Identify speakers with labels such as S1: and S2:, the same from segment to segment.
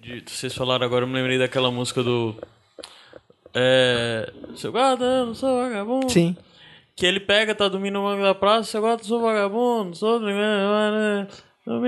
S1: de- vocês falaram agora, eu me lembrei daquela música do. É. Seu guarda, eu não sou vagabundo.
S2: Sim.
S1: Que ele pega, tá dormindo no banco da praça, seu guarda, eu sou vagabundo, sou dormindo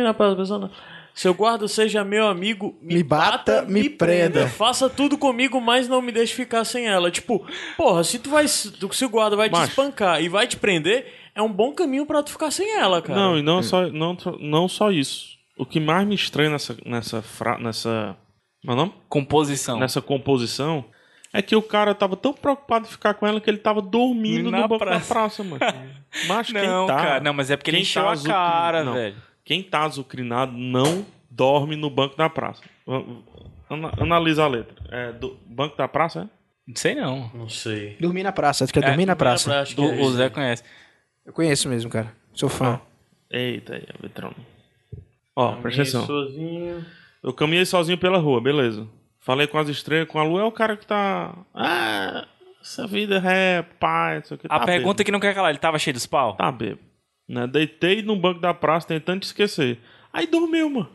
S1: na praça, pessoa. não. Seu guarda, seja meu amigo, me,
S2: Me bata, me prenda.
S1: Faça tudo comigo, mas não me deixe ficar sem ela. Tipo, porra, se tu vai. Se o guarda vai te
S3: Macho.
S1: espancar e vai te prender, é um bom caminho pra tu ficar sem ela, cara.
S3: Não, e
S4: Hum.
S3: não, só, não, não só isso. O que mais me estranha nessa. nessa. Fra, nessa como é o nome?
S4: Composição.
S3: nessa composição é que o cara tava tão preocupado em ficar com ela que ele tava dormindo
S4: Na
S3: no banco
S4: praça.
S3: da praça, mano. Mas
S4: Não,
S3: quem tá,
S4: cara. Não, mas é porque ele
S3: quem
S4: encheu
S3: tá
S4: a
S3: azucrinado-
S4: cara,
S3: não.
S4: velho.
S3: Quem tá azucrinado não dorme no banco da praça. Ana- Analisa a letra. É, do banco da praça, é?
S4: Não sei não.
S1: Não sei.
S2: Dormir na praça. Acho que é,
S4: É,
S2: dormir na praça.
S1: Acho que
S4: Do-
S1: é
S4: o
S1: isso.
S4: Zé conhece.
S2: Eu conheço mesmo, cara. Sou fã.
S3: é? Eita, aí, Vitrão. Ó, presta
S1: Caminhei
S3: atenção.
S1: sozinho.
S3: Eu caminhei sozinho pela rua, beleza. Falei com as estrelas, com a lua, é o cara que tá. Ah, essa vida é paz, isso aqui
S4: A
S3: tá
S4: pergunta que não quer calar, ele tava cheio dos pau?
S3: Tá bebo. Né? Deitei no banco da praça tentando te esquecer. Aí dormiu, mano.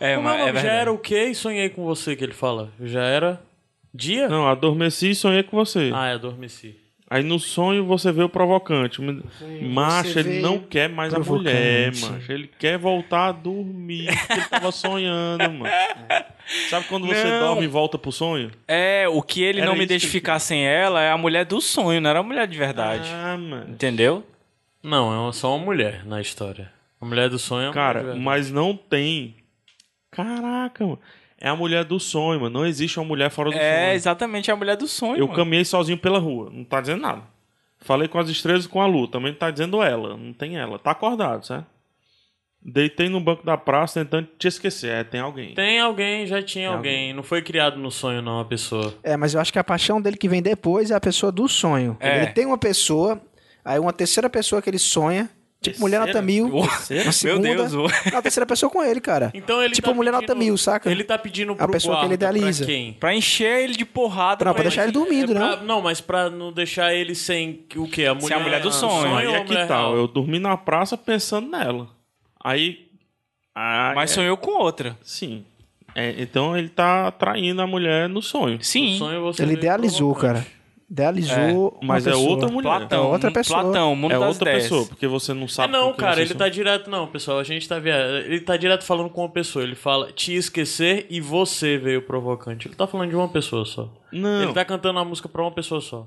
S4: É,
S1: Como
S4: mas
S1: é, o nome?
S4: é
S1: já
S4: verdade.
S1: era o quê? E sonhei com você que ele fala. Já era dia?
S3: Não, adormeci e sonhei com você.
S1: Ah, é, adormeci.
S3: Aí no sonho você vê o provocante. Macho,
S2: você
S3: ele
S2: vê
S3: não quer mais
S2: provocante.
S3: a mulher, macho. Ele quer voltar a dormir, porque ele tava sonhando, mano. Sabe quando você
S4: Não.
S3: dorme e volta pro sonho?
S4: É, o que ele
S3: Era
S4: não me
S3: isso que
S4: deixa
S3: ele-
S4: ficar sem ela é a mulher do sonho, não era a mulher de verdade.
S3: Ah, mano.
S4: Entendeu?
S1: Não, é uma- só uma mulher na história. A mulher do sonho é
S4: Então,
S1: uma
S3: Cara,
S1: mulher.
S3: mas não tem. Caraca, mano. É a mulher do sonho, mano. Não existe uma mulher fora do
S4: É,
S3: sonho.
S4: exatamente a mulher do sonho.
S3: Eu
S4: mano.
S3: caminhei sozinho pela rua, não tá dizendo nada. Falei com as estrelas e com a lua, também não tá dizendo ela, não tem ela. Tá acordado, certo? Deitei no banco da praça tentando te esquecer. É, tem alguém.
S1: Tem alguém, já tinha
S3: Tem
S1: alguém. Não foi criado no sonho, não, a pessoa.
S2: É, mas eu acho que a paixão dele que vem depois é a pessoa do sonho.
S4: É.
S2: Ele tem uma pessoa, aí uma terceira pessoa que ele sonha, tipo mulher nota
S3: Terceira?
S2: mil,
S4: Uou,
S3: Terceira?
S2: na
S4: Meu
S2: segunda,
S4: Deus, uou.
S2: na terceira pessoa com ele, cara.
S1: Então ele
S2: tipo
S1: tá
S2: mulher
S1: pedindo-
S2: nota mil, saca?
S1: Ele tá pedindo pro
S2: pessoa que ele
S1: guarda, pra
S2: idealiza. Tá né?
S1: quem?
S4: pra encher ele de porrada.
S2: Não, pra deixar ele dormindo,
S1: É pra-
S2: não.
S1: Não, mas pra não deixar ele sem o quê? A mulher, Ah,
S4: Sem a mulher do sonho.
S3: Aí
S1: ou a
S3: é que
S1: mulher
S2: tá,
S3: tal.
S1: real?
S3: Eu dormi na praça pensando nela. Aí. Ah,
S4: Mas
S3: é-
S4: sonhou com outra.
S3: Sim. É, então ele tá traindo a mulher no sonho.
S1: No
S4: Sim.
S1: sonho é você
S2: Ele
S1: vê
S2: idealizou,
S1: provocante.
S2: cara. Idealizou. uma
S3: Mas é
S2: pessoa.
S3: outra mulher.
S4: Platão.
S2: É outra
S4: um-
S2: pessoa.
S4: Platão, mundo
S3: É
S4: das
S3: outra
S4: ideias.
S3: pessoa, porque você não
S1: É
S3: sabe.
S1: não,
S3: com quem
S1: cara,
S3: você
S1: ele
S3: sonha.
S1: tá direto. Não, pessoal, a gente tá via... Ele tá direto falando com uma pessoa. Ele fala te esquecer e você veio provocante. Ele tá falando de uma pessoa só.
S3: Não.
S1: Ele tá cantando a música pra uma pessoa só.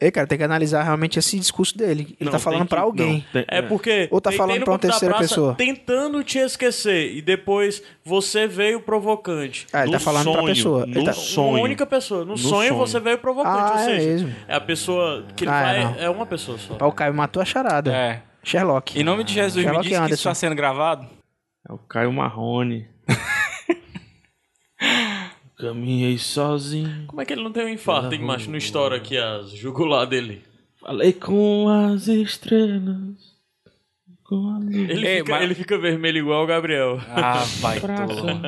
S2: Ei, cara, tem que analisar realmente esse discurso dele. Ele
S3: Não,
S2: tá
S3: tem
S2: falando
S3: que-
S2: pra alguém.
S3: não, tem-
S1: É porque.
S2: Ou tá
S1: deitei
S2: falando
S1: no
S2: pra uma
S1: banco da
S2: terceira
S1: praça
S2: pessoa.
S1: Tentando te esquecer e depois você veio provocante.
S2: Ah, ele
S3: No
S2: tá falando pra
S3: sonho,
S2: pessoa. Ele
S3: no
S2: tá-
S3: Sonho.
S1: Uma única pessoa. No, sonho,
S3: sonho.
S1: você veio provocante.
S2: Ah,
S1: ou
S2: é
S1: seja,
S2: mesmo.
S1: é a pessoa que ele
S2: Ah,
S1: vai.
S2: não.
S1: É uma pessoa só.
S2: Pá, O Caio matou a charada.
S4: É.
S2: Sherlock.
S4: Em nome de Jesus, me
S2: Sherlock
S4: diz que isso
S2: Anderson.
S4: tá sendo gravado.
S3: É o Caio Marrone. Caminhei sozinho.
S1: Como é que ele não tem um infarto, hein, macho? Não estoura aqui as jugular dele.
S3: Falei com as estrelas. Com a luz.
S1: Ele,
S4: Ei,
S1: fica,
S4: mas-
S1: ele fica vermelho igual o Gabriel.
S4: Ah, vai tolo.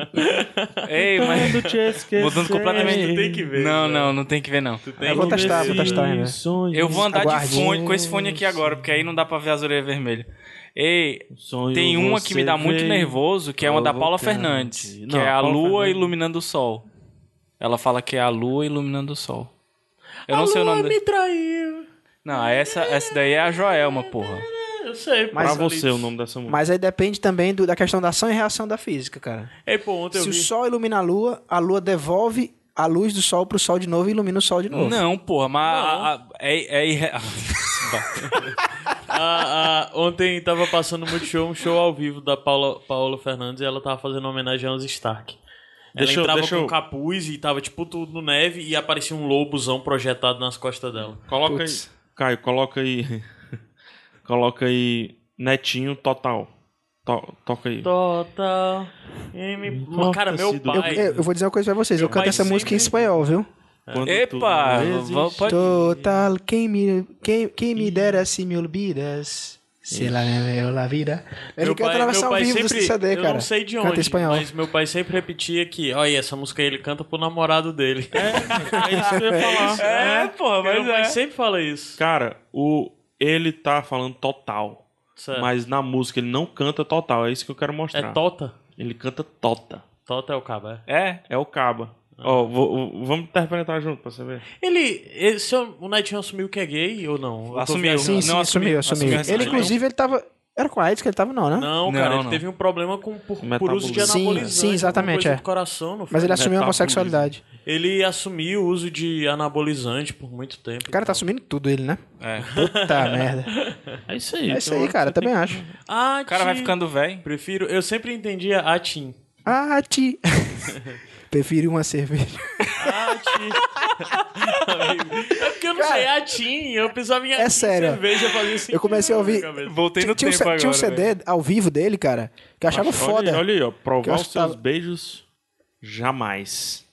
S4: Ei, mas.
S3: Quando te esquecer.
S4: Mudando completamente.
S1: Tu tem que ver,
S4: Não,
S1: né?
S4: não, não tem que ver, não.
S1: Tu tem
S2: Eu vou
S1: que
S2: testar,
S1: ver.
S2: vou testar ainda.
S3: Sonhos,
S4: Eu vou andar de
S2: Aguarde.
S4: fone com esse fone aqui agora, porque aí não dá pra ver as orelhas vermelhas. Ei,
S3: sonho
S4: tem uma que me dá
S3: você
S4: muito
S3: veio.
S4: nervoso, que é uma da Paula
S3: provocante.
S4: Fernandes, que
S3: Não,
S4: é a
S3: Paula
S4: lua
S3: Fernandes.
S4: iluminando o sol. Ela fala que é a lua iluminando o sol. Eu
S1: A
S4: não sei o
S1: lua
S4: nome. da-
S1: me traiu.
S4: Não, essa, essa daí é a Joelma, porra.
S1: É, Eu sei,
S3: Pra
S1: mas
S3: você o nome dessa
S1: Hum.
S3: música.
S2: Mas aí depende também do- da questão da ação e reação da física, cara.
S1: Ei, pô, ontem eu
S2: Se o
S1: vi.
S2: sol ilumina a lua, a lua devolve a luz do sol pro sol de novo e ilumina o sol de novo.
S4: Não, porra, mas
S1: Não.
S4: a- a- é, é irre-
S1: Ah, ah, ontem tava passando muito show, um show ao vivo da Paula, Paula Fernandes e ela tava fazendo homenagem aos Stark. Ela
S3: Deixa eu-
S1: entrava
S3: deixa
S1: com
S3: eu-
S1: capuz e tava tipo tudo no neve e aparecia um lobozão projetado nas costas dela.
S3: Coloca
S2: Putz.
S3: aí. Caio, coloca aí. coloca aí. Netinho total. To- toca aí.
S1: Total. e me-
S3: Importa
S1: Cara, meu
S3: se do-
S2: Eu,
S1: pai.
S2: eu- eu vou dizer uma coisa pra vocês, eu
S1: Meu
S2: canto
S1: pai
S2: essa música em
S1: sempre-
S2: espanhol, viu?
S3: Quando tu
S4: Epa!
S3: não
S4: vou- pode-
S2: Total, quem me, quem, quem me dera se me olvidas, se la me veo la vida. Ele
S1: meu
S2: canta
S1: pai,
S2: na
S1: meu
S2: versão
S1: pai
S2: vivo
S1: sempre,
S2: do CD,
S1: eu
S2: cara.
S1: não sei de
S2: Canta em
S1: onde,
S2: espanhol.
S1: mas meu pai sempre repetia que, olha, essa música aí ele canta pro namorado dele.
S3: É isso que eu ia falar.
S4: É, porra,
S1: meu
S4: mas
S1: pai
S4: é.
S1: sempre fala isso.
S3: Cara, o ele tá falando total,
S1: Sério.
S3: mas na música ele não canta total, é isso que eu quero
S1: é
S4: Ah.
S3: mostrar.
S1: tota?
S3: Ele canta Tota.
S1: Tota é o cabo, é?
S4: É?
S3: É o Caba.
S1: Ah.
S3: Ó, vou- vou- vamos interpretar junto pra você ver.
S1: Ele, ele se eu- o Netinho assumiu que é gay ou não? Eu tô
S4: Assumiu.
S1: viajando.
S2: Sim,
S4: Não,
S2: sim, assumiu, assumiu.
S4: assumiu, assumiu
S2: Ele,
S4: recentemente.
S2: inclusive, ele tava. Era com AIDS que ele tava, não, né?
S1: Não,
S4: Não,
S1: cara, ele
S4: não.
S1: teve um problema com, por, por
S3: Metabolismo.
S1: uso de
S2: Sim,
S1: anabolizante.
S2: sim, exatamente,
S1: alguma coisa
S2: é.
S1: do coração, meu filho.
S2: Mas ele assumiu a
S3: Metabolismo.
S2: homossexualidade.
S1: Ele assumiu o uso de anabolizante por muito tempo.
S2: O cara tá assumindo tudo, ele, né?
S4: É.
S2: Puta merda.
S3: É isso aí.
S2: É isso
S3: tem
S2: aí,
S3: hora
S2: cara,
S3: que você
S2: também acho.
S1: Ah,
S4: então, O cara vai ficando velho.
S1: Prefiro. Eu sempre entendia a Tim.
S2: Ah, ti. Prefiro uma cerveja.
S1: A Tim. é porque eu não sei a Tim. Eu pensava em a
S2: É
S1: Tim
S2: sério.
S1: cerveja fazia assim.
S2: Eu comecei a ouvir-
S4: Voltei no
S2: tinha, um
S4: tempo
S2: C-
S4: agora.
S2: tinha um
S4: velho.
S2: CD ao vivo dele, cara, que eu achava
S3: Olha-
S2: foda.
S3: Olha aí, ó.
S2: Que eu
S3: Provar os
S2: acho
S3: seus
S2: que tá- tava-
S3: beijos jamais.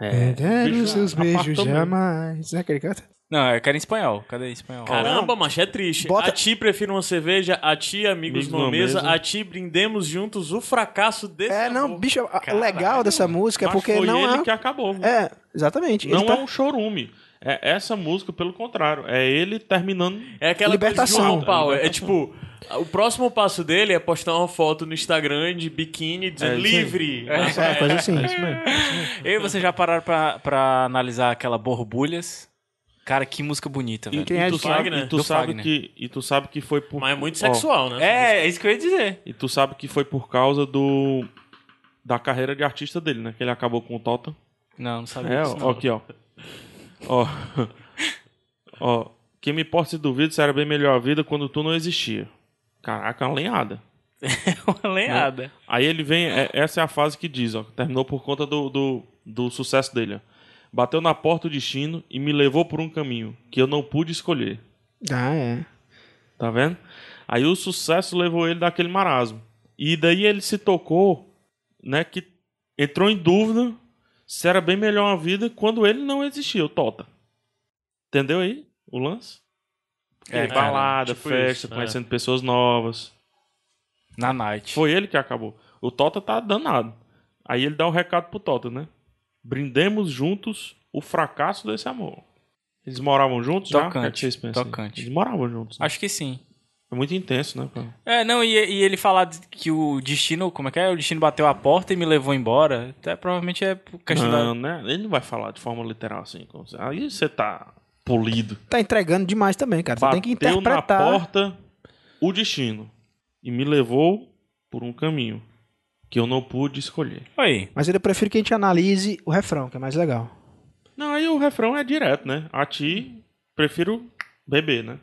S2: É, Quero os seus beijos
S3: apartou mesmo.
S2: jamais. Não é que ele canta?
S4: Não, eu quero em espanhol. Cadê em espanhol?
S1: Caramba, macho, é triste.
S2: Bota-
S1: A ti prefiro uma cerveja, a ti amigos
S3: Amigos
S1: numa
S3: numa
S1: mesa,
S3: mesa.
S1: a ti brindemos juntos o fracasso desse
S2: É, não,
S1: amor.
S2: bicho, a- o legal dessa música é
S3: Mas
S2: porque
S3: foi
S2: não
S3: ele
S2: é.
S3: que acabou. viu?
S2: É, exatamente.
S3: não
S2: ele tá...
S3: é um chorume. É essa música, pelo contrário. É ele terminando.
S1: É aquela
S2: Libertação.
S1: coisa de João Paulo. É tipo, o próximo passo dele é postar uma foto no Instagram de biquíni dizendo
S3: É, isso aí.
S1: livre.
S3: né?
S2: É, coisa assim.
S4: Eu e você já pararam pra, pra analisar aquela Borbulhas? Cara, que música bonita, velho.
S2: Quem é
S3: e tu
S2: de
S3: sabe,
S1: Fagner?
S3: e tu
S4: Do
S3: sabe
S4: Fagner.
S3: que E tu sabe que foi por.
S1: Mas é muito
S3: ó,
S1: sexual, né?
S4: É, é isso que eu ia dizer.
S3: e tu sabe que foi por causa do. Da carreira de artista dele, né? Que ele acabou com o Tota.
S4: Não, não sabia
S3: É,
S4: disso,
S3: ó,
S4: não.
S3: aqui, ó. Ó. Ó. Quem me importa se duvido se era bem melhor a vida quando tu não existia. Caraca, é uma lenhada.
S4: Uma lenhada.
S3: Aí ele vem, é- essa é a fase que diz, ó, que terminou por conta do, do, do sucesso dele, ó. Bateu na porta o destino e me levou por um caminho que eu não pude escolher.
S2: Ah, é.
S3: Tá vendo? Aí o sucesso levou ele daquele marasmo. E daí ele se tocou, né, que entrou em dúvida se era bem melhor a vida quando ele não existia, o Tota. Entendeu aí o lance?
S4: É, cara,
S3: balada,
S1: tipo isso,
S3: festa,
S1: é.
S3: conhecendo pessoas novas.
S4: Na night.
S3: Foi ele que acabou. O Tota tá danado. Aí ele dá um recado pro Tota, né? Brindemos juntos o fracasso desse amor. Eles moravam juntos já? O que é que
S4: Tocante,
S3: vocês pensam aí?
S4: tocante.
S3: Eles moravam juntos. né?
S4: Acho que sim.
S3: É muito intenso, né? cara?
S4: É, não, e, e ele falar de- que o destino, como é que é? O destino bateu a porta e me levou embora. Até provavelmente é por questão
S3: Não,
S4: da.
S3: né? Ele não vai falar de forma literal assim. como se- Aí você tá polido.
S2: Tá entregando demais também, cara. Você tem que
S3: Bateu na
S2: interpretar.
S3: porta o destino e me levou por um caminho que eu não pude escolher.
S4: Oi.
S2: Mas eu prefiro que a gente analise o refrão, que é mais legal.
S3: Não, aí o refrão é direto, né? A ti, prefiro beber, né?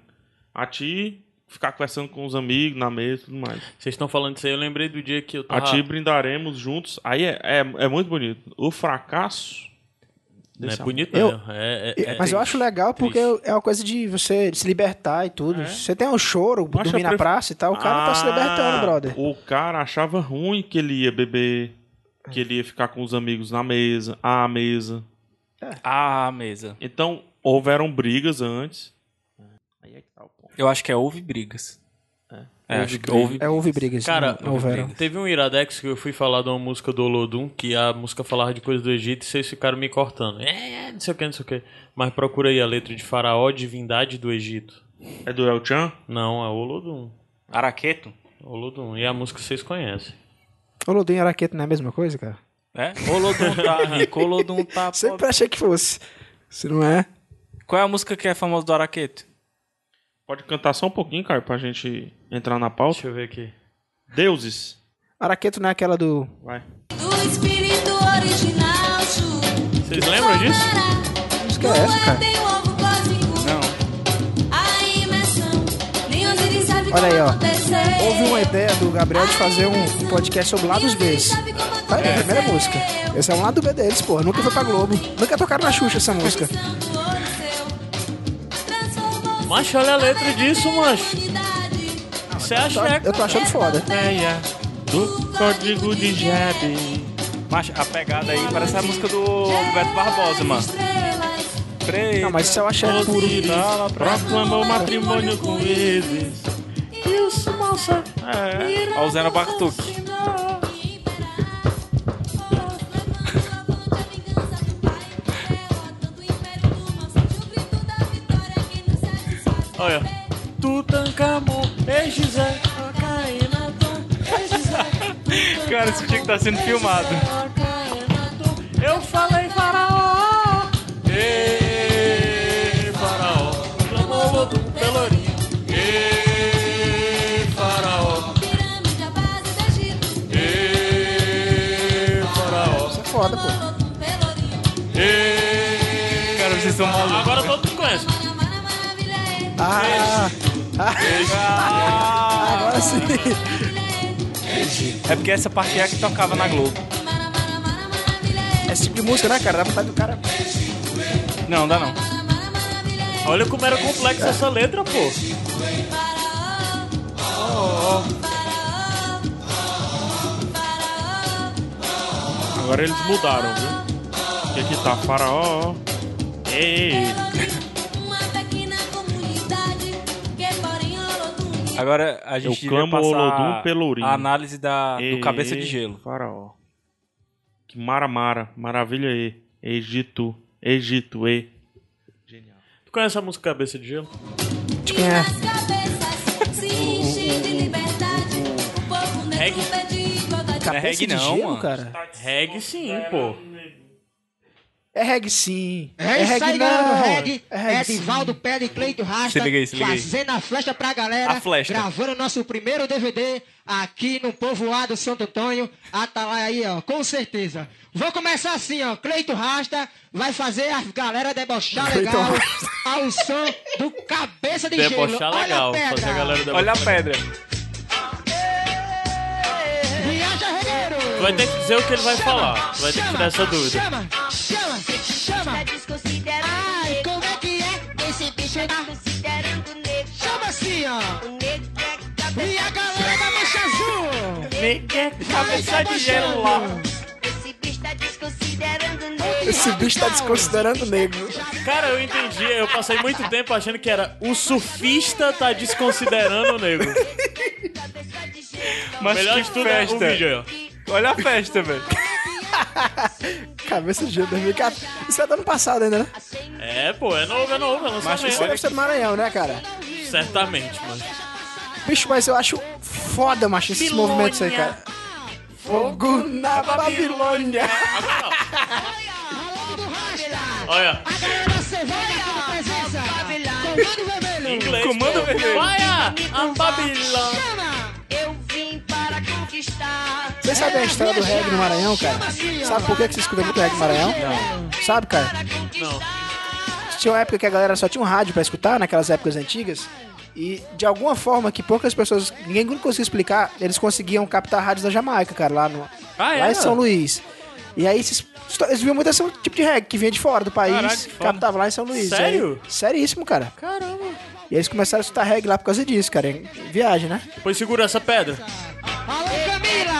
S3: A ti, ficar conversando com os amigos na mesa e tudo mais.
S1: Vocês estão falando isso aí, eu lembrei do dia que eu
S3: A
S4: Ah.
S1: tava...
S3: ti, brindaremos juntos. Aí é, é, é muito bonito. O fracasso.
S1: Não é
S3: desse
S1: bonito,
S2: Eu-
S1: né? É,
S2: E-
S1: é, é,
S2: mas eu acho legal porque é uma coisa de você se libertar e tudo. Você tem um choro,
S3: É. Mas eu
S2: dormir na
S3: prefiro-
S2: praça e tal. O cara tá se
S3: Ah,
S2: libertando, brother.
S3: O cara achava ruim que ele ia beber, que ele ia ficar com os amigos na mesa, à mesa.
S4: Ah, mesa.
S3: Então, houveram brigas antes. Aí é que tá o ponto.
S4: Eu acho que é houve brigas. É,
S3: Houve
S4: acho que
S3: brigas.
S4: houve.
S2: É houve brigas.
S1: Cara,
S2: não, houveram.
S1: teve um Iradex que eu fui falar de uma música do Olodum, que a música falava de coisa do Egito e vocês ficaram me cortando. É, é, não sei o que, não sei o que. Mas procura aí a letra de Faraó, divindade do Egito.
S3: É do El Chan?
S1: Não, é Olodum.
S4: Araqueto?
S1: Olodum. E a música vocês conhecem.
S2: O Ludinho e Araqueto não é a mesma coisa, cara?
S4: É? Olodum tá rico, Olodum tá pobre.
S2: Sempre achei que fosse. Se não é.
S4: Qual é a música que é famosa do Araqueto?
S3: Pode cantar só um pouquinho, cara, pra gente entrar na pauta.
S1: Deixa eu ver aqui.
S3: Deuses.
S2: Araqueto não é aquela do.
S3: Vai.
S5: Do espírito original, Ju.
S1: Vocês lembram disso?
S2: Acho que é essa, cara.
S5: tem o ovo cósmico.
S4: Não.
S5: A imersão. Nem Osiris sabe
S2: Olha aí, ó.
S5: como aconteceu.
S2: Houve uma ideia do Gabriel de fazer um, um podcast sobre lados B. Tá
S4: É.
S2: aí, a primeira música. Esse é um lado B deles, pô. Nunca foi pra Globo. Nunca tocaram na Xuxa essa música.
S1: Macho, olha a letra disso, macho. Você acha
S2: Tá-
S4: É.
S1: que
S2: Eu tô achando foda.
S3: Ideia do código de Jeb.
S4: Mas a pegada aí parece a música do Beto Barbosa, mano. Preta,
S2: Não, mas isso eu acho é puro.
S3: Ela proclamou matrimônio com eles.
S5: Isso, moça.
S3: É.
S4: Ó o Zé no Bactuque.
S1: Olha. Tutancamon, Ejizé, Acaínaton, Ejizé,
S4: Cara, isso tinha que estar sendo filmado.
S5: Eu falei faraó.
S1: Ê, faraó, clamou Lodum pelourinho. Ê, faraó,
S5: Pirâmide à base do Egito.
S1: ê, faraó,
S2: Isso é foda, pô.
S5: Coloto, pelourinho.
S1: ê.
S4: Cara, vocês são malucos.
S1: Agora todo mundo conhece.
S5: Mana, mana, maravilha, é.
S2: Ah, agora sim.
S4: É porque essa parte é a que tocava na Globo.
S5: Mana, mana, mana, maravilha, é.
S2: Esse tipo de música, né, cara? Dá vontade do cara.
S4: é Não, dá não.
S5: Mana, mana, maravilha, é.
S1: Olha como era complexa essa letra, pô.
S5: Faraó. Faraó. Faraó.
S3: Agora eles mudaram, viu? O que que tá? Faraó. Ei,
S5: É. Uma pequena comunidade que mora em Olodum.
S4: Agora a gente
S3: Eu
S4: devia
S3: clamo
S4: passar
S3: Olodum pelo Ourinho.
S4: a análise da, Tá, do
S3: ei,
S4: Cabeça de
S3: ei,
S4: Gelo.
S3: Faraó. Que mara mara. Maravilha aí. Egito. Egito, e.
S1: Tu conhece a música Cabeça de Gelo?
S5: E nas cabeças se enche de liberdade. O povo negro
S1: Reggae.
S5: pede igualdade.
S4: é
S2: Cabeça
S4: reggae
S2: de
S4: não,
S2: gelo,
S4: mano.
S2: cara.
S1: Reggae sim, pô.
S2: É reggae sim.
S6: É isso aí, galera do Reg.
S2: É reggae sim.
S6: Edivaldo Pérez e Cleito Rasta.
S4: Se liga aí, se liga aí.
S6: Fazendo a flecha pra galera.
S4: A flecha.
S6: Gravando nosso primeiro DVD aqui no povoado Santo Antônio. Atalaia aí, ó, com certeza. Vou começar assim, ó. Cleito Rasta vai fazer a galera debochar
S2: Cleito
S6: legal ao som do Cabeça de Gelo.
S1: Debochar
S6: Olha
S1: legal.
S6: a pedra.
S1: Fazer a galera debochar.
S4: Olha a pedra.
S6: Viaja, Regueiro.
S1: Tu vai ter que dizer o que ele vai falar. Tu vai ter que tirar essa dúvida.
S6: Chama, chama, chama.
S7: Desconsiderando
S6: Ai,
S7: negro,
S6: como é que é?
S7: esse bicho é desconsiderando negro.
S6: Chama assim, ó.
S7: O negro é
S6: E a
S7: cabeça,
S6: galera da Mancha Azul!
S4: Cabeça de Gelo lá.
S7: esse bicho tá desconsiderando negro.
S2: Esse bicho tá desconsiderando o negro.
S1: Cara, eu entendi. Eu passei muito tempo achando que era o surfista tá desconsiderando o negro.
S7: Cabeça de gelo,
S4: Mas
S1: Melhor
S4: que
S1: de tudo é o
S4: festa.
S1: vídeo aí, ó.
S4: Olha a festa, velho.
S2: Cabeça de gelo 2014. Isso é do ano passado ainda, né?
S1: É, pô, é novo, é novo, é
S4: Mas
S2: Isso
S1: lançamento.
S2: deve ser do Maranhão, né, cara?
S1: Certamente, mano.
S2: Bicho, mas eu acho foda, macho, esses movimentos aí, cara. Fogo na Babilônia.
S1: Olha,
S6: A galera da Cevolha aqui com presença! Comando
S1: em
S6: Vermelho!
S1: inglês.
S4: Comando
S1: pô.
S4: vermelho.
S1: Vai a, a Babilônia.
S6: Chama!
S7: Eu vim para conquistar.
S2: Vocês sabem a história do reggae no Maranhão, cara? Sabe por que que você escuta muito reggae no Maranhão? Sabe, cara?
S1: Não.
S2: Tinha uma época que a galera só tinha um rádio pra escutar, naquelas épocas antigas. E de alguma forma que poucas pessoas, ninguém nunca conseguia explicar, eles conseguiam captar rádios da Jamaica, cara, lá, no,
S4: Ah, é?
S2: lá em São Luís. E aí esses, eles viam muito esse tipo de reggae que vinha de fora do país,
S4: Caraca, que foda.
S2: captava lá em São Luís.
S1: Sério?
S2: Aí, seríssimo, cara. Caramba. E aí eles começaram a escutar reggae lá por causa disso, cara. em- em Viagem, né?
S1: Pois segura essa pedra.
S6: Alô, Camila!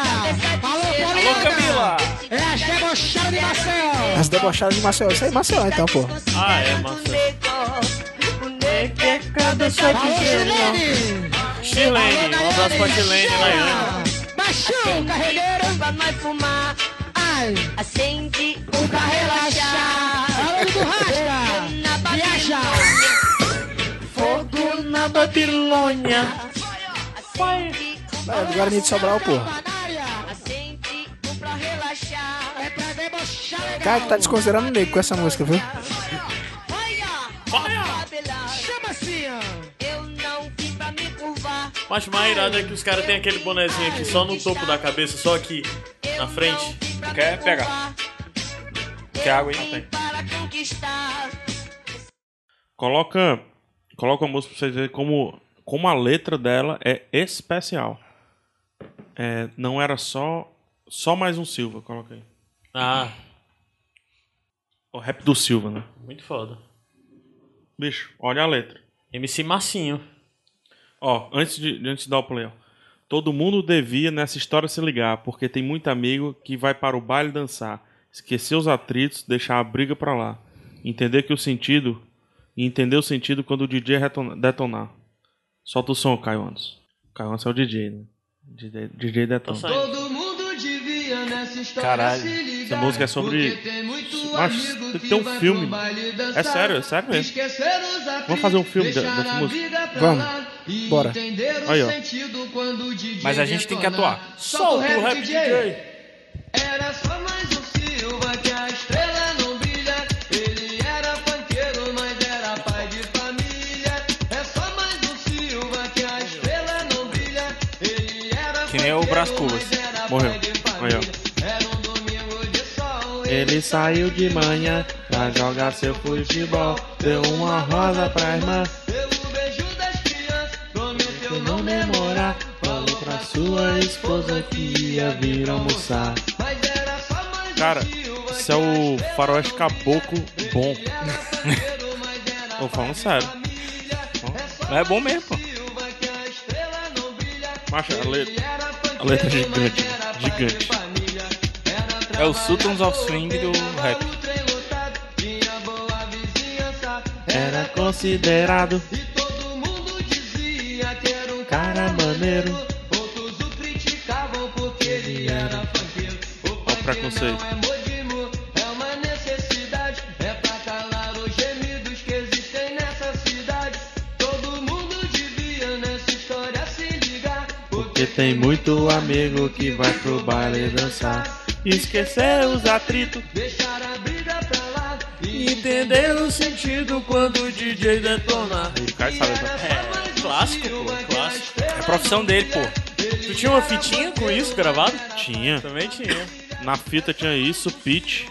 S6: Alô,
S4: Alô,
S6: Poliana!
S4: Camila.
S6: É a debochada de Marcel!
S2: As debochadas de Maceió. Isso aí, Maceió, então, pô.
S1: Ah, é, massa.
S7: Negro, o negro é
S6: Alô, Chilene!
S1: Chilene, um abraço pra Chilene, Nayane.
S6: Chama! Baixão, carregueiro!
S7: pra nós fumar.
S6: Ai,
S7: Acende um
S6: o pra relaxar! Alô, do Rasta!
S7: na
S6: Viaja!
S1: Fogo na Babilônia.
S7: Acende
S2: É, do Guarani de Sobral, pô.
S6: Canária!
S7: Acende um pra relaxar.
S6: É pra debochar legal!
S2: Cara, tu tá desconsiderando o nego com essa música, viu?
S1: Olha!
S6: Chama assim, ó!
S7: Eu não vim pra me curvar.
S1: Mas mais irado é que os caras têm aquele bonezinho aqui só no topo da cabeça, só aqui na frente.
S4: Quer pegar? Quer água aí?
S7: Para conquistar.
S3: Coloca, coloca a música pra vocês verem como, como a letra dela é especial. É, não era só só mais um Silva, coloca aí.
S1: Ah,
S3: O rap do Silva, né?
S1: muito foda.
S3: Bicho, olha a letra.
S1: MC Massinho.
S3: Ó, antes de, de- antes de dar o play, ó. Todo mundo devia nessa história se ligar, porque tem muito amigo que vai para o baile dançar, esquecer os atritos, deixar a briga pra lá. Entender que o sentido. E entender o sentido quando o DJ retona- detonar. Solta o som, Caio Anderson. Caio Anderson é o DJ, né? DJ, DJ
S1: Tá
S3: detona.
S1: saindo.
S4: Caralho.
S3: Essa música é sobre. Mas tem um filme. É sério, é sério mesmo. Vamos fazer um filme da- dessa música.
S2: Vamos.
S8: E
S2: Bora.
S8: entender o
S3: Aí, ó.
S8: sentido quando o DJ
S4: Mas a gente tem que
S8: detonar.
S4: atuar.
S8: Solta o rap, DJ. Era só mais um Silva que a estrela não brilha. Ele era panqueiro, mas era pai de família. É só mais um Silva que a estrela não brilha. Ele era
S4: Que nem o Brás
S8: funkeiro,
S4: Cubas.
S8: mas era
S3: Morreu.
S8: pai de
S3: Aí, ó.
S8: era um domingo de sol.
S3: Ele saiu de manhã pra jogar seu futebol. Deu uma rosa pra irmã,
S8: Pelo beijo das crianças, prometeu
S3: se não demorar. Falou pra sua esposa que ia vir almoçar.
S8: Mas era só mais um
S3: Cara,
S8: Silva
S3: isso é o faroeste caboclo bom.
S8: panqueiro, mas era
S3: Tô falando sério.
S4: Mas é bom mesmo, pô.
S8: Silva que a estrela não brilha.
S3: Macho, a letra,
S8: Era
S3: a letra é gigante, gigante.
S8: família, era
S4: É o Sultans of Swing do rap.
S8: o trem lotado, tinha boa vizinhança.
S3: Era considerado
S8: E todo mundo dizia que era um
S3: cara maneiro.
S8: Outros o criticavam porque ele era funkeiro. O
S3: Olha o
S8: punk
S3: preconceito.
S8: não é modismo, é uma necessidade. É pra calar os gemidos que existem nessa cidade. Todo mundo devia nessa história se ligar.
S3: Porque tem muito amigo que vai pro baile dançar. Esquecer os atritos,
S8: Deixar a briga pra lá e
S1: Entender o um sentido quando o DJ detonar.
S3: O cara sabe essa-
S1: É, clássico, pô, clássico.
S4: É a profissão dele, pô.
S1: Tu tinha uma fitinha com isso gravado?
S3: Tinha.
S1: Também tinha.
S3: Na fita tinha isso, pitch.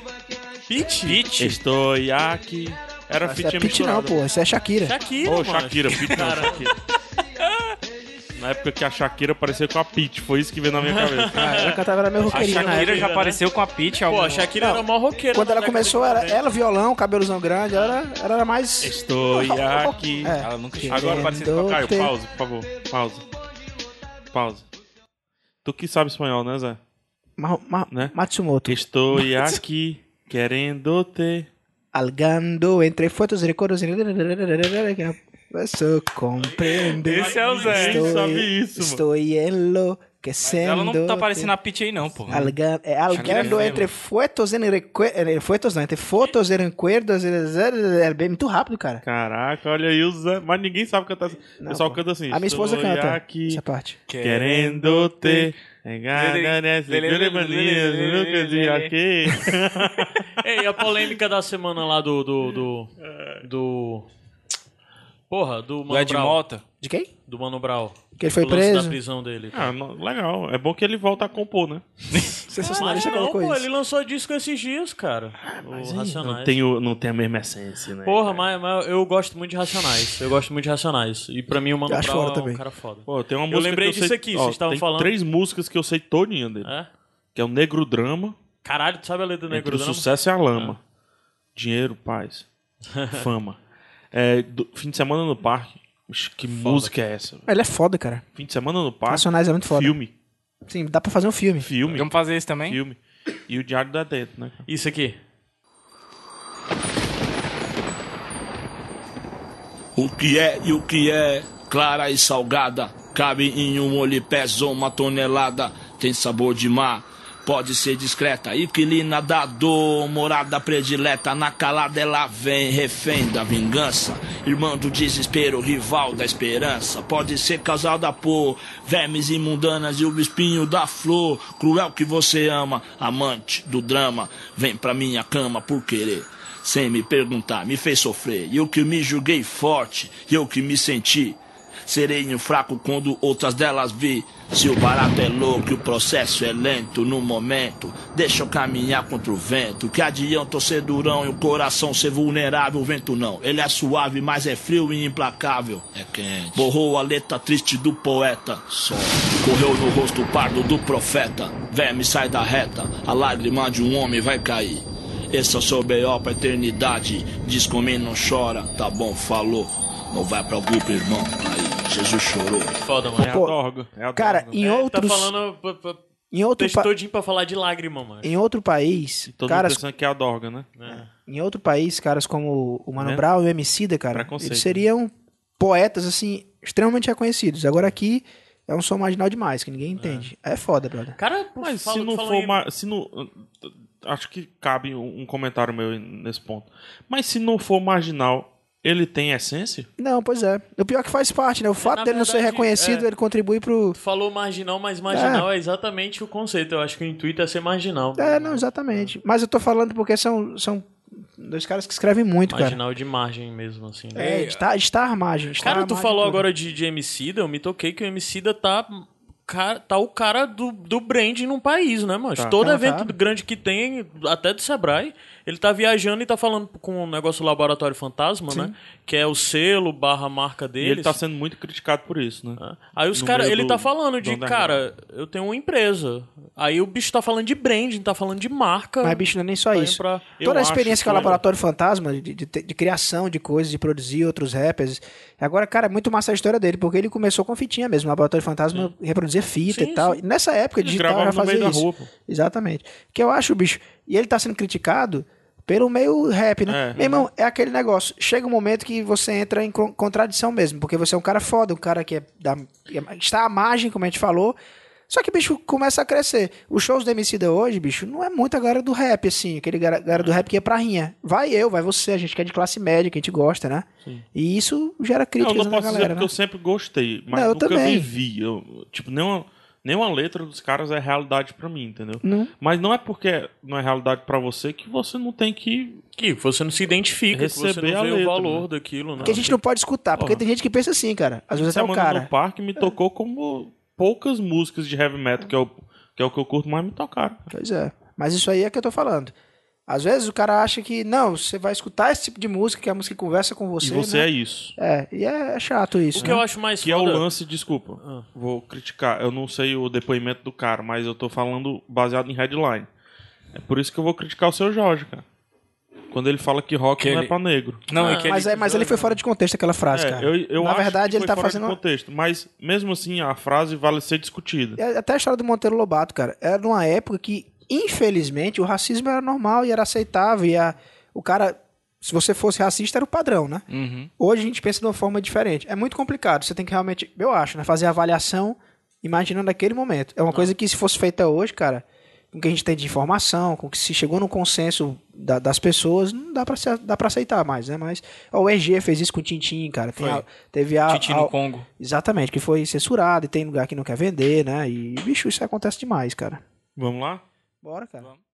S1: Pitch?
S3: Estou aqui. Era
S2: Mas
S3: fitinha
S2: é Pitty não,
S3: misturada.
S2: pô. Isso é Shakira.
S1: Shakira,
S3: Ô,
S1: mano.
S3: Shakira, Pitty não,
S1: Cara.
S3: Shakira. Na época que a Shakira parecia com a Pitty, foi isso que veio na minha
S2: Ah,
S3: cabeça.
S2: Ela cantava, era meio
S4: A
S2: roqueirinha.
S4: Shakira já
S1: né?
S4: apareceu com a Pitty.
S1: Pô,
S4: algum-
S1: a Shakira era mó roqueira.
S2: Quando
S1: na
S2: ela
S1: década
S2: começou,
S1: de
S2: era
S1: 90.
S2: ela violão, cabelozão grande, ela era, ela era mais...
S3: Estou aqui.
S2: É.
S4: Ela nunca chegou
S3: Agora
S4: a aparecer
S2: Querendo
S4: com a
S3: assim, Caio,
S2: ter-
S3: pausa, por favor. Pausa. Pausa. Tu que sabe espanhol, né, Zé?
S2: Ma- ma-
S3: Né?
S2: Matsumoto.
S3: Estou aqui querendo ter.
S2: Algando entre fotos, recordos... e- Posso compreender.
S4: Esse é o Zé,
S3: hein? Sabe isso, mano.
S2: Estou
S4: Pitty.
S2: enlouquecendo.
S4: Ela não tá aparecendo na Pitty aí, não, pô.
S2: Alga- é,
S4: Shakira
S2: algando
S4: é
S2: entre fotos e recuerdos. Fotos não, entre fotos e recuerdos. É bem muito rápido, cara.
S3: Caraca, olha aí o Zé. Mas ninguém sabe cantar assim. O
S2: Não,
S3: pessoal
S2: pô.
S3: canta assim.
S2: A minha esposa
S3: "Estou
S2: canta
S3: aqui
S2: essa parte.
S4: é
S3: Querendo ter. Engana nessa dura mania, nunca de aqui.
S1: Ei, a polêmica da semana lá do. Do.
S3: É.
S1: do, do- porra, do
S4: O
S1: Mano
S4: Ed
S1: Brown.
S4: Mota.
S2: De quem?
S1: Do Mano Brown.
S2: Que ele foi
S1: O lance
S2: preso.
S1: da prisão dele.
S3: Ah, não- legal. É bom que ele volta a compor, né?
S2: Sensacionalista
S1: Ah, não,
S2: colocou
S1: é, pô,
S2: isso. Ah,
S1: ele lançou disco esses dias, cara.
S3: é
S1: o Racionais.
S3: Não tem, o- não tem a mesma essência, né?
S1: Porra, mas, mas eu gosto muito de Racionais. Eu gosto muito de Racionais. E pra mim o Mano
S2: Eu acho
S1: Brown
S2: foda
S1: é um
S2: também.
S1: cara foda.
S3: Pô, tem uma
S1: Eu
S3: música
S1: lembrei
S3: que eu
S1: disso
S3: sei-
S1: aqui,
S3: ó,
S1: vocês estavam
S3: tem
S1: falando.
S3: três músicas que eu sei todinha dele.
S1: É?
S3: Que é o Negro Drama,
S1: Caralho, tu sabe a letra do
S3: Entre
S1: Negro
S3: o
S1: Drama? É.
S3: Sucesso e a Lama. Dinheiro, paz, fama. É, do- fim de semana no parque. Ixi, Que música é essa? velho?
S2: Ele é foda, cara.
S3: Fim de semana no parque.
S2: Racionais é muito foda.
S3: Filme.
S2: Sim, dá pra fazer um filme.
S3: Filme.
S4: Vamos fazer isso também?
S3: Filme. E o Diário da Dentro, né? cara?
S1: Isso aqui.
S9: O que é e o que é, clara e salgada. Cabe em um olipés ou uma tonelada. Tem sabor de mar, pode ser discreta. Inquilina da dor, morada predileta. Na calada ela vem, refém da vingança. Irmã do desespero, rival da esperança. Pode ser casada por vermes imundanas e o espinho da flor. Cruel que você ama, amante do drama. Vem pra minha cama por querer sem me perguntar, me fez sofrer. Eu que me julguei forte, eu que me senti. Serei um fraco quando outras delas vi. Se o barato é louco, e o processo é lento no momento. Deixa eu caminhar contra o vento. Que adianta eu ser durão e o coração ser vulnerável? O vento não. Ele é suave, mas é frio e implacável. É quente. Borrou a letra triste do poeta. Sol. Correu no rosto pardo do profeta. Verme sai da reta. A lágrima de um homem vai cair. Esse é o seu B.O. pra eternidade. Diz comer não chora, tá bom, falou. Não vai pra grupo, irmão. Aí, Jesus chorou.
S1: Foda, mano.
S3: É a
S2: Pô,
S3: Dorga. É a
S2: Cara,
S3: Dorga.
S2: em
S1: É,
S2: outros.
S1: Tá falando p- p-
S2: Em outro,
S1: texto
S2: pa-
S1: todinho pra falar de lágrima, mano.
S2: em outro país,
S3: Todo
S2: caras,
S3: mundo pensando que é a Dorga, né?
S2: em outro país, caras como o Mano
S3: Né?
S2: Brown e o Emicida, cara,
S3: Preconceito,
S2: eles
S3: né?
S2: seriam poetas, assim, extremamente reconhecidos. Agora aqui é um som marginal demais, que ninguém entende. É, foda, brother.
S1: Cara, pô,
S3: Mas
S1: fala-
S3: se não
S1: fala
S3: for
S1: aí.
S3: uma, se não acho que cabe um um comentário meu nesse ponto. Mas se não for marginal, Ele tem essência?
S2: Não, pois é. O pior é que faz parte, né? O fato
S1: na
S2: dele não ser
S1: verdade,
S2: reconhecido,
S1: é.
S2: ele contribui pro.
S1: Tu falou marginal, mas marginal é. exatamente o conceito. Eu acho que o intuito é ser marginal.
S2: É, não, exatamente. Mas eu tô falando porque são, são dois caras que escrevem muito, cara.
S1: Marginal de margem mesmo, assim. né?
S2: É, de estar, de estar à margem. tá de estar
S1: Cara,
S2: à
S1: tu
S2: margem
S1: falou
S2: toda.
S1: agora de, de Emicida, eu me toquei que o Emicida tá, ca- tá o cara do, do branding num país, né, mano? Todo
S2: Tá,
S1: evento
S2: tá.
S1: grande que tem, até do Sebrae, ele tá viajando e tá falando com um negócio Laboratório Fantasma, né? Que é o selo barra marca
S3: E
S1: deles.
S3: ele tá sendo muito criticado por isso, né?
S1: né? Aí os
S3: No
S1: caras,
S3: meio
S1: ele
S3: do-
S1: tá falando de,
S3: do underground.
S1: cara, eu tenho uma empresa. Aí o bicho tá falando de branding, tá falando de marca.
S2: Mas, bicho, não é nem só
S1: Tá indo
S2: isso.
S1: pra-
S3: eu
S2: Toda a
S3: acho
S2: experiência que é o
S3: que-
S2: Laboratório Fantasma, de, de- de criação de coisas, de produzir outros rappers. Agora, cara, é muito massa a história dele, porque ele começou com fitinha mesmo. O Laboratório Fantasma reproduzia fita
S1: Sim,
S2: e tal. E nessa época
S3: Ele
S2: digital já
S3: gravava no
S2: fazia
S3: meio da
S2: isso.
S3: rua, pô.
S2: Exatamente. Que eu acho, bicho. E ele tá sendo criticado pelo meio rap, né?
S3: É.
S2: Meu irmão, é aquele negócio. Chega um momento que você entra em con- contradição mesmo, porque você é um cara foda, um cara que é da- que é- está à margem, como a gente falou. Só que, bicho, começa a crescer. Os shows do Emicida hoje, bicho, não é muita galera do rap, assim. Aquele gara- galera do rap que é pra rinha. Vai eu, vai você. A gente que é de classe média, que a gente gosta, né? E isso gera
S3: Não,
S2: críticas
S3: eu não
S2: na
S3: posso dizer
S2: galera,
S3: porque
S2: né?
S3: eu sempre gostei, mas
S2: Não, eu
S3: nunca
S2: também.
S3: vivi. Eu, tipo, nenhuma, nenhuma letra dos caras é realidade pra mim, entendeu?
S2: né? Não.
S3: Mas não é porque não é realidade pra você que você não tem que.
S1: Que você não se identifica, que você
S3: Receber
S1: não
S3: a
S1: vê o
S3: letra,
S1: valor
S3: né?
S1: daquilo, né?
S2: Que a gente não pode escutar, porque
S3: Porra. é
S2: tem gente que pensa assim, cara. Às vezes até o
S3: Semana
S2: cara. É.
S3: no parque me tocou como poucas músicas de heavy metal, que é o que, é o que eu curto mais, me tocaram.
S2: Pois é. Mas isso aí é que eu tô falando. Às vezes o cara acha que, não, você vai escutar esse tipo de música, que é a música que conversa com você.
S3: e você
S2: né?
S3: é isso.
S2: é. e é chato isso.
S1: O que
S2: né?
S1: eu acho mais
S3: Que é o
S1: foda...
S3: lance, desculpa,
S1: Ah.
S3: vou criticar. Eu não sei o depoimento do cara, mas eu tô falando baseado em headline. É por isso que eu vou criticar o seu Jorge, cara. Quando ele fala que rock
S4: Que
S3: não
S4: ele-
S3: é pra negro.
S4: Não, é
S1: Ah,
S4: que
S2: Mas,
S4: ele...
S2: é, mas ele foi fora de contexto aquela frase,
S3: É,
S2: cara.
S3: eu, eu
S2: Na
S3: acho
S2: verdade,
S3: que
S2: ele
S3: foi
S2: tá
S3: fora de
S2: fazendo.
S3: contexto, mas mesmo assim a frase vale ser discutida.
S2: É, Até a história do Monteiro Lobato, cara. Era numa época que, infelizmente, o racismo era normal e era aceitável. E a... o cara, se você fosse racista, era o padrão, né?
S4: Uhum.
S2: Hoje a gente pensa de uma forma diferente. É muito complicado. Você tem que realmente, eu acho, né, fazer a avaliação imaginando aquele momento.
S4: Ah.
S2: É uma coisa que se fosse feita hoje, cara, com o que a gente tem de informação, com o que se chegou no consenso da- das pessoas, não dá pra, se- dá pra aceitar mais, né? Mas ó, o EG fez isso com o Tintim, cara. Tem
S4: Foi.
S2: a- teve a,
S4: Titi
S2: a-
S4: no Congo.
S2: Exatamente, que foi censurado e tem lugar que não quer vender, né? E, bicho, isso acontece demais, cara.
S3: Vamos lá?
S2: Bora, cara.